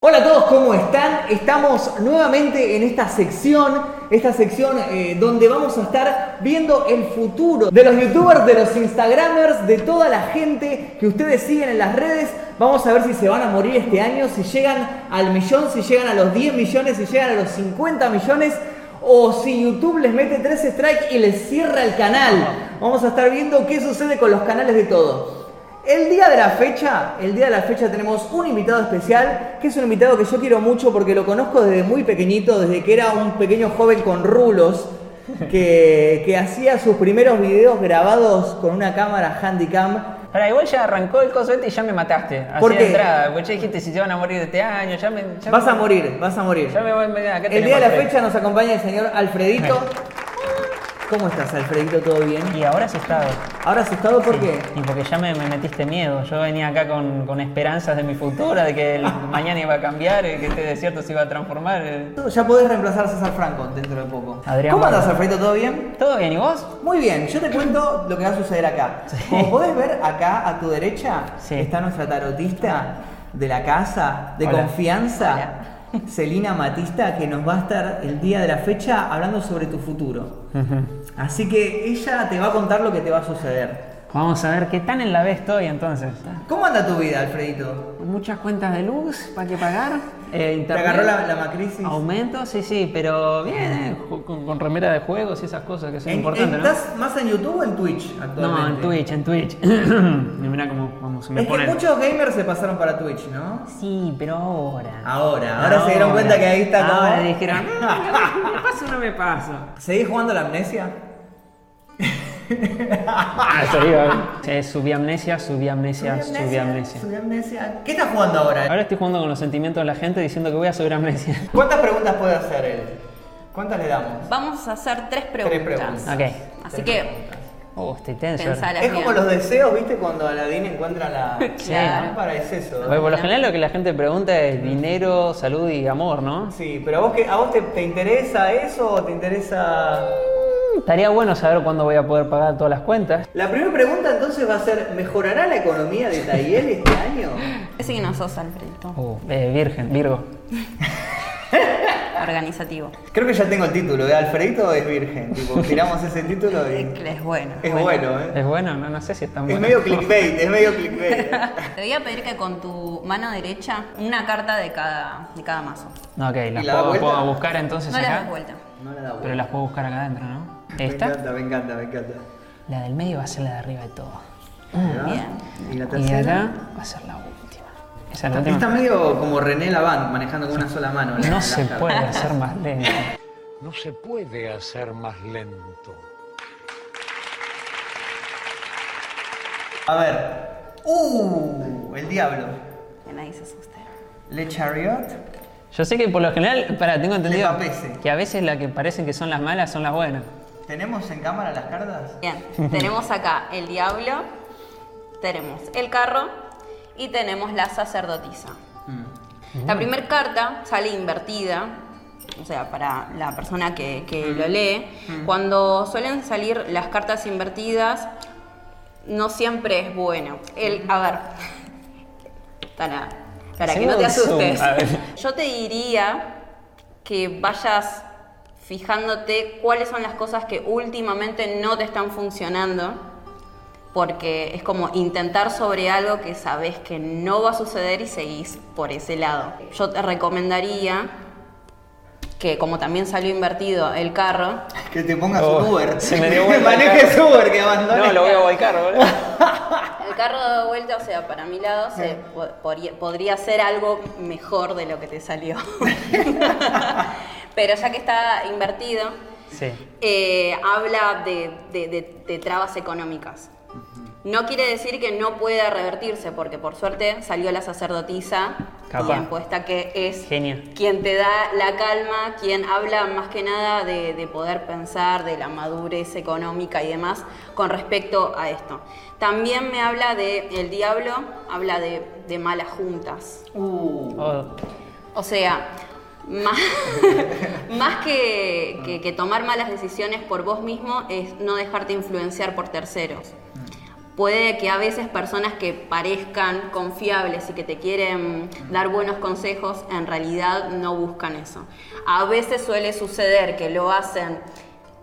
Hola a todos, ¿cómo están? Estamos nuevamente en esta sección, esta sección eh, donde vamos a estar viendo el futuro de los youtubers, de los instagramers, de toda la gente que ustedes siguen en las redes. Vamos a ver si se van a morir este año, si llegan al millón, si llegan a los 10 millones, si llegan a los 50 millones o si YouTube les mete 3 strikes y les cierra el canal. Vamos a estar viendo qué sucede con los canales de todos. El día de la fecha, el día de la fecha tenemos un invitado especial, que es un invitado que yo quiero mucho porque lo conozco desde muy pequeñito, desde que era un pequeño joven con rulos, que, que hacía sus primeros videos grabados con una cámara handycam. Ahora, igual ya arrancó el coso este y ya me mataste. Así ¿Por qué? de entrada. Porque ya dijiste si se van a morir este año, ya me. Ya Vas me- a morir, vas a morir. Ya me voy mira, acá El tenemos día de la tres. fecha nos acompaña el señor Alfredito. ¿Cómo estás, Alfredito? ¿Todo bien? Y ahora asustado. ¿Ahora asustado por qué? Y porque ya me, me metiste miedo. Yo venía acá con, con esperanzas de mi futuro, de que el mañana iba a cambiar, eh, que este desierto se iba a transformar. eh. Ya podés reemplazar a César Franco dentro de poco. Adrián ¿Cómo andas, Barba. Alfredito? ¿Todo bien? ¿Todo bien? ¿Y vos? Muy bien, yo te cuento lo que va a suceder acá. Como podés ver acá a tu derecha, Sí. está nuestra tarotista de la casa, de Hola. confianza, Celina Matista, que nos va a estar el día de la fecha hablando sobre tu futuro. Así que ella te va a contar lo que te va a suceder. Vamos a ver qué tan en la B estoy entonces. ¿Cómo anda tu vida, Alfredito? Muchas cuentas de luz para que pagar. ¿Te agarró la, la macrisis? Eh, Aumento, sí, sí, pero bien, eh, ju- con, con remera de juegos y esas cosas que son ¿En- importantes, ¿no? ¿Estás más en YouTube o en Twitch actualmente? No, en Twitch, en Twitch. Y Mirá cómo, cómo se me Es que ponen. muchos gamers se pasaron para Twitch, ¿no? Sí, pero ahora. Ahora, ahora se dieron cuenta que ahí está como- Ahora dijeron, "Mm, ¿me paso o no me paso? ¿Seguís jugando a la amnesia? Ah, Eh, subí amnesia, subí amnesia, subí amnesia. Subí amnesia. ¿Qué estás jugando ahora? Ahora estoy jugando con los sentimientos de la gente diciendo que voy a subir amnesia. ¿Cuántas preguntas puede hacer él? ¿Cuántas le damos? Vamos a hacer tres preguntas. Tres preguntas. Ok. Así Tres que preguntas. Oh, estoy tenso. pensala Es como bien. los deseos, ¿viste? Cuando Aladín encuentra la Sí. la Claro. lámpara, es eso. Porque por lo general lo que la gente pregunta es dinero, salud y amor, ¿no? Sí, pero a vos, qué- a vos te, te interesa eso o te interesa...? Mm, Estaría bueno saber cuándo voy a poder pagar todas las cuentas. La primera pregunta entonces va a ser, ¿mejorará la economía de Tayel este año? Ese que no sos, Alfredito. Oh, eh, virgen, Virgo. Organizativo. Creo que ya tengo el título, ¿eh? ¿Alfredito es virgen? Tipo, tiramos ese título y... Es bueno. Es bueno, ¿eh? Es bueno, no, no sé si está muy Es medio clickbait, es medio clickbait. ¿eh? Ah, Te voy a pedir que con tu mano derecha una carta de cada, de cada mazo. Ok, las ¿Y la da puedo, vuelta? puedo buscar entonces No le acá. das vuelta. No la da vuelta. Pero las puedo buscar acá adentro, ¿no? Me Esta, encanta, me encanta, me encanta. la del medio va a ser la de arriba de todo. Bien. Y la Y acá tercera. va a ser la última. Esa es la Está última. medio como René Lavant manejando con una sola mano. la- No la se carta. puede hacer más lento. No se puede hacer más lento. A ver. ¡Uh! El diablo. Que nadie se asuste. Le Chariot. Yo sé que por lo general, para, tengo entendido papese. que a veces las que parecen que son las malas son las buenas. ¿Tenemos en cámara las cartas? Bien. tenemos acá el diablo, tenemos el carro y tenemos la sacerdotisa. Mm. La primera carta sale invertida, o sea, para la persona que, que lo lee. Cuando suelen salir las cartas invertidas, no siempre es bueno. El, a ver, para, para que Hacemos no te un zoom, asustes, a ver. yo te diría que vayas fijándote cuáles son las cosas que últimamente no te están funcionando porque es como intentar sobre algo que sabes que no va a suceder y seguís por ese lado. Yo te recomendaría que como también salió invertido el carro, Que te pongas Oh, un Uber. se me dio que vuelta manejes Uber, que abandones. voy a volcar, boludo. el carro de vuelta, o sea, para mi lado, se po- podría- podría ser algo mejor de lo que te salió. Pero ya que está invertido, Sí. eh, habla de, de- de- de trabas económicas. No quiere decir que no pueda revertirse, porque por suerte salió la sacerdotisa Capaz. bien puesta, que es Genia. quien te da la calma, quien habla más que nada de, de poder pensar, de la madurez económica y demás con respecto a esto. También me habla de el diablo, habla de, de malas juntas. Uh, Oh, O sea, más, más que, que- que tomar malas decisiones por vos mismo es no dejarte influenciar por terceros. Puede que a veces personas que parezcan confiables y que te quieren dar buenos consejos, en realidad no buscan eso. A veces suele suceder que lo hacen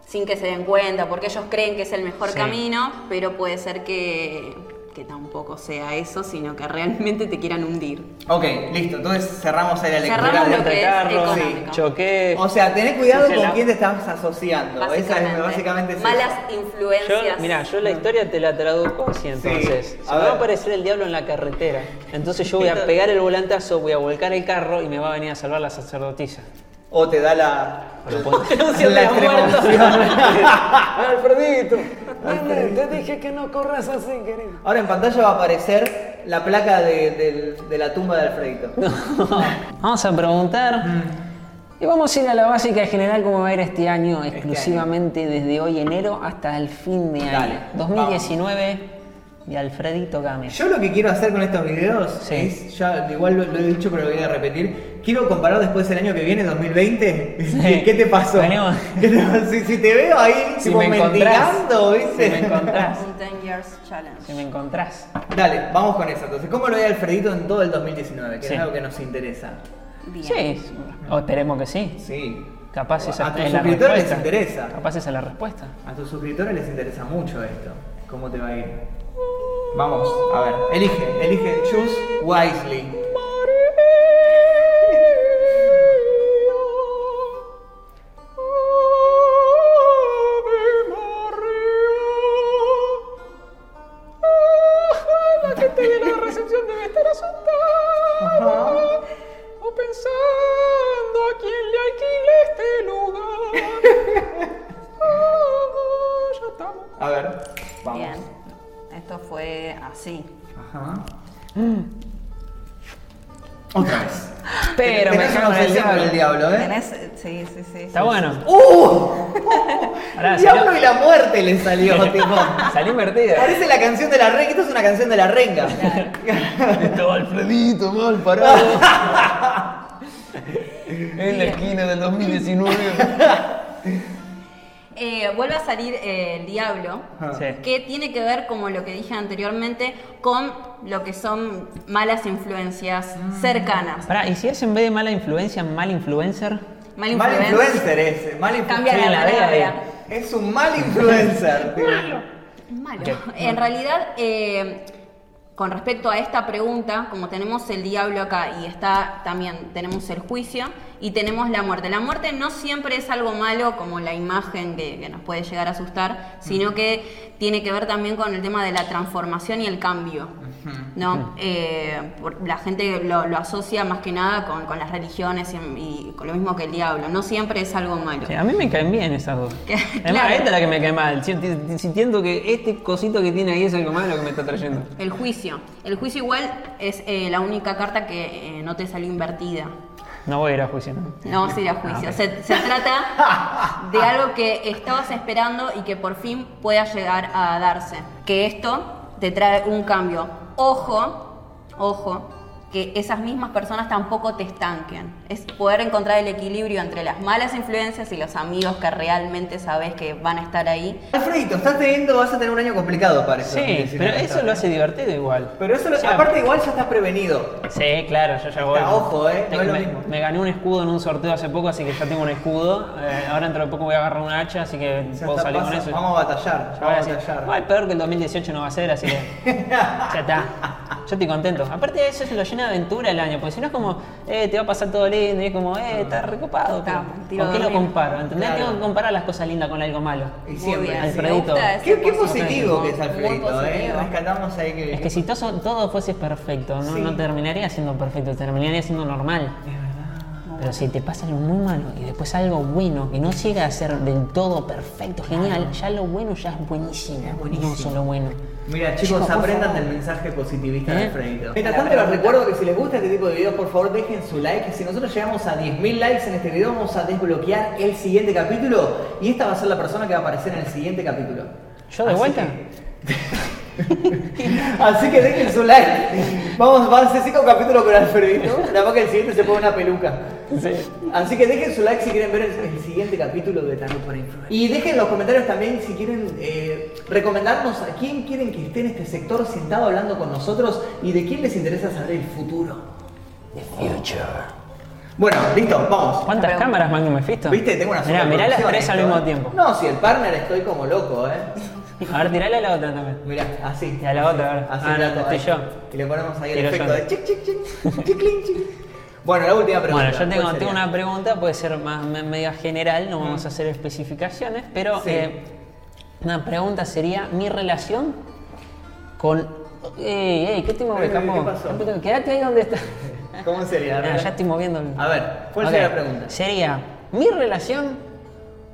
sin que se den cuenta, porque ellos creen que es el mejor Sí. camino, pero puede ser que, que tampoco sea eso, sino que realmente te quieran hundir. Ok, listo. Entonces cerramos ahí la lectura. Cerramos de lo Delta que es carro, económico. choqué. O sea, tenés cuidado Sí, con la- quién te estás asociando. Esa es básicamente es Malas eso. Yo, influencias. mira, yo la historia te la traduzco así entonces. Ah. Sí, Se a me va ver. a aparecer el diablo en la carretera. Entonces yo voy a pegar el volantazo, voy a volcar el carro y me va a venir a salvar la sacerdotisa. O te da la. Pero ponte- la extremoción. Alfredito, te dije que no corras así, querido. Ahora en pantalla va a aparecer la placa de, del- de la tumba de Alfredito. Vamos a preguntar. Mm. Y vamos a ir a la básica general cómo va a ir este año, exclusivamente desde hoy enero hasta el fin de año. Dale, 2019 y Alfredito Gámez. Yo lo que quiero hacer con estos videos Sí. es, ya igual lo, lo he dicho pero lo voy a repetir, quiero comparar después el año que viene, 2020, ¿qué- ¿qué te pasó? Venimos. ¿Qué te- si, si te veo ahí Si tipo, me encontrás. mendigando, ¿viste? Si me encontrás. Un 10 years challenge. Si me encontrás. Dale, vamos con eso entonces. ¿Cómo lo ve Alfredito en todo el 2019? Que Sí. es algo que nos interesa. Bien. Sí, o esperemos que sí. Sí. Capaz esa A tus es la suscriptores les respuesta. interesa. Capaz esa es la respuesta. A tus suscriptores les interesa mucho esto. ¿Cómo te va a ir? Vamos, a ver, elige, elige, choose wisely. La gente de la recepción debe estar asustada o pensando a quién le alquile este lugar. Ah, ya estamos. A ver, vamos. Bien. Esto fue así. Ajá. Otra vez. Pero me Tenés una llama el obsesión con diablo. el diablo, ¿eh? ¿Tenés? Sí, sí, sí. Está bueno. ¡Uh! Pará, el diablo Ah, salió- y la muerte le salió, tipo. Salí invertida. Parece la canción de la renga. Esto es una canción de la renga. Estaba Alfredito mal parado. en la esquina del 2019. Eh, vuelve a salir eh, el diablo, Ajá. Sí. que tiene que ver, como lo que dije anteriormente, con lo que son malas influencias Mm. cercanas. Pará, ¿y si es en vez de mala influencia, mal influencer? Mal Mal influencia. influencer ese. Mal influ- Cambia Sí, la la veo palabra. Es un mal influencer. tipo. Malo. ¿Qué? En realidad, eh, con respecto a esta pregunta, como tenemos el diablo acá y está también, tenemos el juicio y tenemos la muerte. La muerte no siempre es algo malo como la imagen que, que nos puede llegar a asustar, sino que tiene que ver también con el tema de la transformación y el cambio. ¿no? Eh, por- la gente lo, lo asocia más que nada con, con las religiones y, y con lo mismo que el diablo. No siempre es algo malo. Sí, a mí me caen bien esas dos. Que- Además, claro. esta es la que me cae mal. Si- si- Sintiendo que este cosito que tiene ahí es algo malo que me está trayendo. El juicio. El juicio igual es eh, la única carta que eh, no te salió invertida. No voy a ir a juicio, ¿no? No vamos a ir a juicio. Se, se trata de algo que estabas esperando y que por fin pueda llegar a darse. Que esto te trae un cambio. Ojo, ojo, que esas mismas personas tampoco te estanquen. Es poder encontrar el equilibrio entre las malas influencias y los amigos que realmente sabes que van a estar ahí. Alfredito, estás teniendo, vas a tener un año complicado para eso. Sí, pero eso lo hace divertido igual. Pero eso lo- O sea, aparte igual ya estás prevenido. Sí, claro, yo ya voy. Está, ojo, eh, Te- no es lo me, mismo. me gané un escudo en un sorteo hace poco, así que ya tengo un escudo. Eh, ahora dentro de poco voy a agarrar un hacha, así que Ya puedo está, salir con pasa. eso. y- Vamos a batallar, Ya voy a vamos a decir, batallar. "Ay, peor que el 2018 no va a ser, así que ya está. Yo estoy contento. Aparte de eso, se lo llena de aventura el año, porque si no es como, eh, te va a pasar todo lindo, y es como, eh, está recopado. Está, pero tiro ¿Con qué lo dormido. comparo? ¿Entendés? Ah. Claro. Tengo que comparar las cosas lindas con algo malo. Y Muy siempre. bien, sí. Alfredito. me gusta ese Qué, qué positivismo, positivo que es muy Alfredito, eh. positivo. Rescatamos ahí que. Es que si todo, todo fuese perfecto, no, Sí. no terminaría siendo perfecto, terminaría siendo normal. Pero si te pasa algo muy malo y después algo bueno que no llega a ser del todo perfecto, genial, ya lo bueno ya es buenísimo, no solo bueno. Mira Chicos, chicos, por aprendan favor. del mensaje positivista de ¿Eh? Alfredito. Mientras tanto les recuerdo que si les gusta este tipo de videos, por favor dejen su like. Si nosotros llegamos a 10.000 likes en este video, vamos a desbloquear el siguiente capítulo. Y esta va a ser la persona que va a aparecer en el siguiente capítulo. ¿Yo de Así vuelta? que- Así que dejen su like. Vamos, van a ser cinco capítulos con Alfredito. Nada más que el siguiente se pone una peluca. Así que dejen su like si quieren ver el, el siguiente capítulo de Tarot para Influencer. Y dejen los comentarios también si quieren eh, recomendarnos a quién quieren que esté en este sector sentado hablando con nosotros y de quién les interesa saber el futuro. Bueno, listo, vamos. ¿Cuántas cámaras, Magno Mephisto? ¿Viste? Tengo una Mirá, mirá las superproducción, tres al esto, mismo ¿eh? tiempo. No, si el partner estoy como loco, ¿eh? A ver, tirale a la otra también. Mirá, así. Y a la otra, a ver. Así Ah, no, trato, estoy ahí. yo. Y le ponemos ahí el Tiro efecto yo. de chic, chic, chic, chiclin, chic. Bueno, la última pregunta. Bueno, yo tengo, ¿cuál tengo sería? Mm. una pregunta, puede ser más me- medio general, no vamos a hacer especificaciones, pero Sí. eh, una pregunta sería mi relación con... Ey, ey, ¿qué te Ey, mueve, ¿qué capo? pasó? Capito, Quédate ahí donde estás. ¿Cómo sería? Ah, ya estoy moviendo el... A ver, ¿cuál Ok, sería la pregunta? Sería mi relación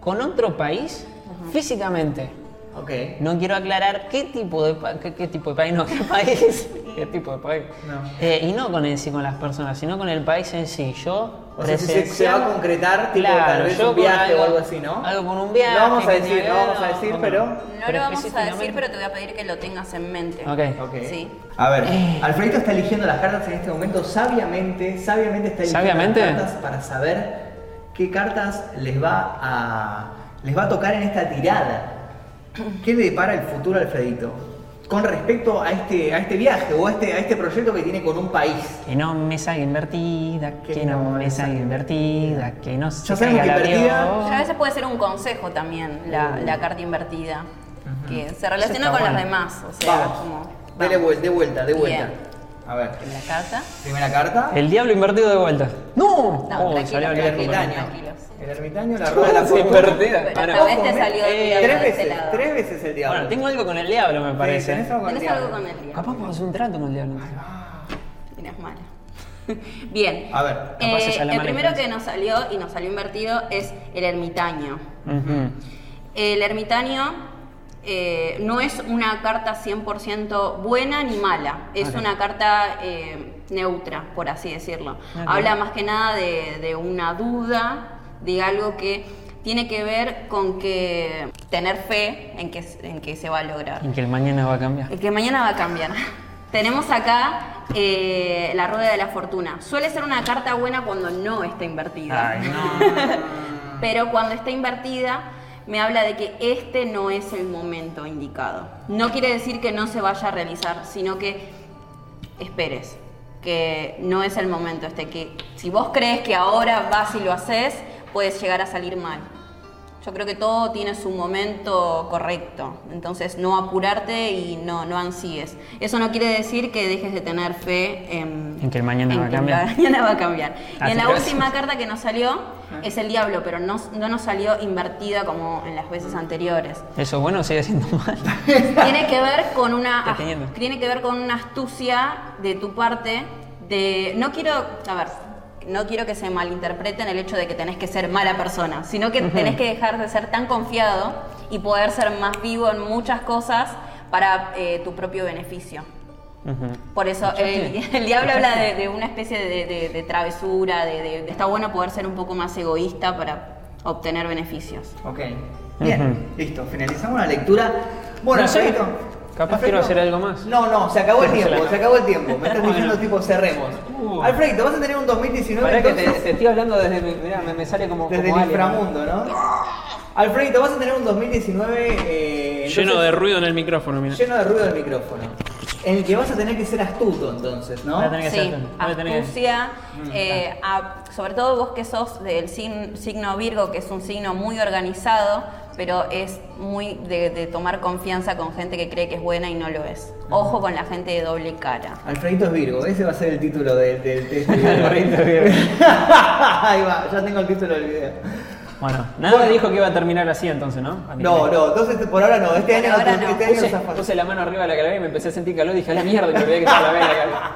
con otro país físicamente. Ok. No quiero aclarar qué tipo de, pa- qué, qué tipo de país, no, qué país. ¿Qué tipo de país? No. Eh, y no con en sí, con las personas, sino con el país en sí. Yo. O sea, si se- se va a presencial- concretar, tipo, tal vez yo un con viaje o algo así, ¿no? Algo con un viaje. No vamos a que decir, tenga no que vamos a ver, decir, o- pero- No lo vamos a decir, específicamente. pero te voy a pedir que lo tengas en mente. Ok. Ok. Sí. Eh. A ver, Alfredito está eligiendo las cartas en este momento sabiamente, sabiamente está eligiendo ¿Sabiamente? las cartas para saber qué cartas les va a les va a tocar en esta tirada. ¿Qué le depara el futuro a Alfredito? Con respecto a este a este viaje o a este a este proyecto que tiene con un país. Que no me salga invertida, que, no, me salga invertida, que no se sabemos caiga que el invertida- avión. Pero a veces puede ser un consejo también, Uh. la, la carta invertida. Que se relaciona está con las bueno. demás. O sea, Vamos. como. Dele vamos. vuel- de vuelta, de vuelta. Bien. A ver, La carta. primera carta. El diablo invertido de vuelta. Oh, ¡No! No, tranquilo, salió El el tranquilo, blanco, ermitaño. tranquilos. El ermitaño, la rueda de la Sí, fortuna. invertida. Pero Ahora, tal vez te Ojo, salió eh, el diablo tres de ese veces, lado. tres veces el diablo. Bueno, tengo algo con el diablo, me parece. ¿Tenés algo con el Tenés algo con diablo? el día. Capaz podemos hacer un trato con el diablo. Mira, es mala. Bien. A ver, capaz Eh, se sale el mal primero entonces. que nos salió y nos salió invertido es el ermitaño. Ujú. El ermitaño eh, no es una carta 100% buena ni mala, es Ok. una carta eh, neutra, por así decirlo. Habla más que nada de, de una duda, de algo que tiene que ver con que tener fe en que, en que se va a lograr. Y que el mañana va a cambiar. El que mañana va a cambiar. Tenemos acá eh, la rueda de la fortuna. Suele ser una carta buena cuando no está invertida. Ay, Pero cuando está invertida, me habla de que este no es el momento indicado. No quiere decir que no se vaya a realizar, sino que esperes. Que no es el momento este. Que si vos crees que ahora vas y lo haces, puedes llegar a salir mal. Yo creo que todo tiene su momento correcto. Entonces, no apurarte y no, no ansíes. Eso no quiere decir que dejes de tener fe en, En que el mañana va a que el cambiar. mañana va a cambiar. Así y en la que- última carta que nos salió es el diablo, pero no, no nos salió invertida como en las Mm. veces anteriores. Eso bueno sigue siendo mal. Tiene que ver con una Deteniendo. tiene que ver con una astucia de tu parte de no quiero, a ver, no quiero que se malinterprete en el hecho de que tenés que ser mala persona, sino que tenés que dejar de ser tan confiado y poder ser más vivo en muchas cosas para eh, tu propio beneficio. Ujú. Por eso el, el diablo habla de, de una especie de, de- de travesura, de, de- está bueno poder ser un poco más egoísta para obtener beneficios. Ok. Bien, listo. Finalizamos la lectura. Bueno, No sé, Alfredito, capaz quiero hacer algo más. No, no, se acabó el Pero se tiempo, la- se acabó el tiempo. Me estás Bueno. diciendo tipo cerremos. Uh. Alfredito, vas a tener un 2019 Pará que te, entonces, te estoy hablando desde mi. Mirá, me, me sale como. desde como el alien. inframundo, ¿no? Alfredito, vas a tener un 2019 eh, Lleno de entonces, ruido en el micrófono, mira. lleno de ruido del micrófono. En el que vas a tener que ser astuto entonces, ¿no? Voy a tener que Sí, hacer- voy a tener que- Mm, astucia, eh, a- sobre todo vos que sos del sign- signo Virgo, que es un signo muy organizado, pero es muy de, de tomar confianza con gente que cree que es buena y no lo es. Ojo con la gente de doble cara. Alfredito es Virgo, ese va a ser el título del, del test. Alfredito es Virgo. este Ahí va, ya tengo el título del video. Bueno, nada me Bueno. dijo que iba a terminar así entonces, ¿no? A mí No, no, entonces por ahora no, este año Por ahora te- no. Este año Puse, zafás. puse la mano arriba de la calavera y me empecé a sentir calor. Dije, a la mierda, me olvidé que estaba la calavera acá.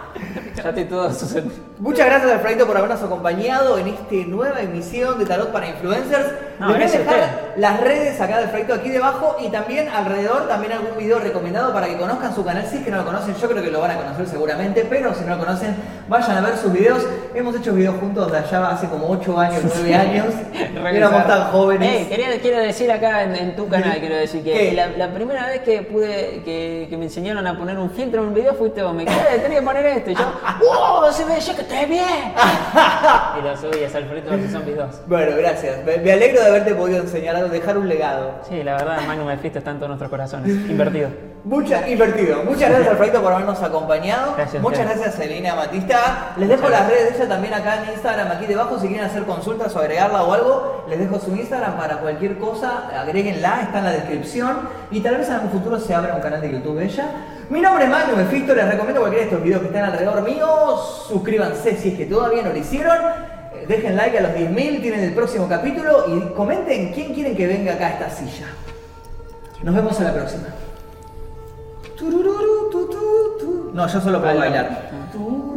Ya te todo su sentido. Muchas gracias, Alfredito, por habernos acompañado en esta nueva emisión de Tarot para Influencers. No, Les voy a gracias a dejar las redes acá de Alfredito aquí debajo y también alrededor también algún video recomendado para que conozcan su canal. Si es que no lo conocen, yo creo que lo van a conocer seguramente, pero si no lo conocen, vayan a ver sus videos. Hemos hecho videos juntos de allá hace como 8 años, 9 años. No éramos tan Ey, jóvenes. Eh, quería, quiero decir acá en, en tu canal, quiero decir ¿Qué? que la, la primera vez que pude, que, que me enseñaron a poner un filtro en un video fuiste vos, me dijiste, tenés que poner esto. Y yo, ¡wow! Se ve yo que estoy bien. y lo subí, es Alfredo versus Zombies 2. Bueno, gracias. Me, me alegro de haberte podido enseñar algo, dejar un legado. Sí, la verdad, Magnum y Mephisto están en todos nuestros corazones, invertido. Mucha, invertido. Muchas gracias, Alfredito, por habernos acompañado. Gracias a Muchas ustedes. gracias, Elena Matista. Les dejo Muchas las redes de ella también acá en Instagram, aquí debajo. Si quieren hacer consultas o agregarla o algo, les dejo su Instagram para cualquier cosa. Agréguenla, está en la descripción. Y tal vez en algún futuro se abra un canal de YouTube de ella. Mi nombre es Magnum Mephisto. Les recomiendo cualquiera de estos videos que están alrededor mío. Suscríbanse si es que todavía no lo hicieron. Eh, Dejen like a los 10.000, tienen el próximo capítulo. Y comenten quién quieren que venga acá a esta silla. Nos vemos a la próxima. Turururu, tu, tu, tu. No, yo solo puedo bailar. Tu.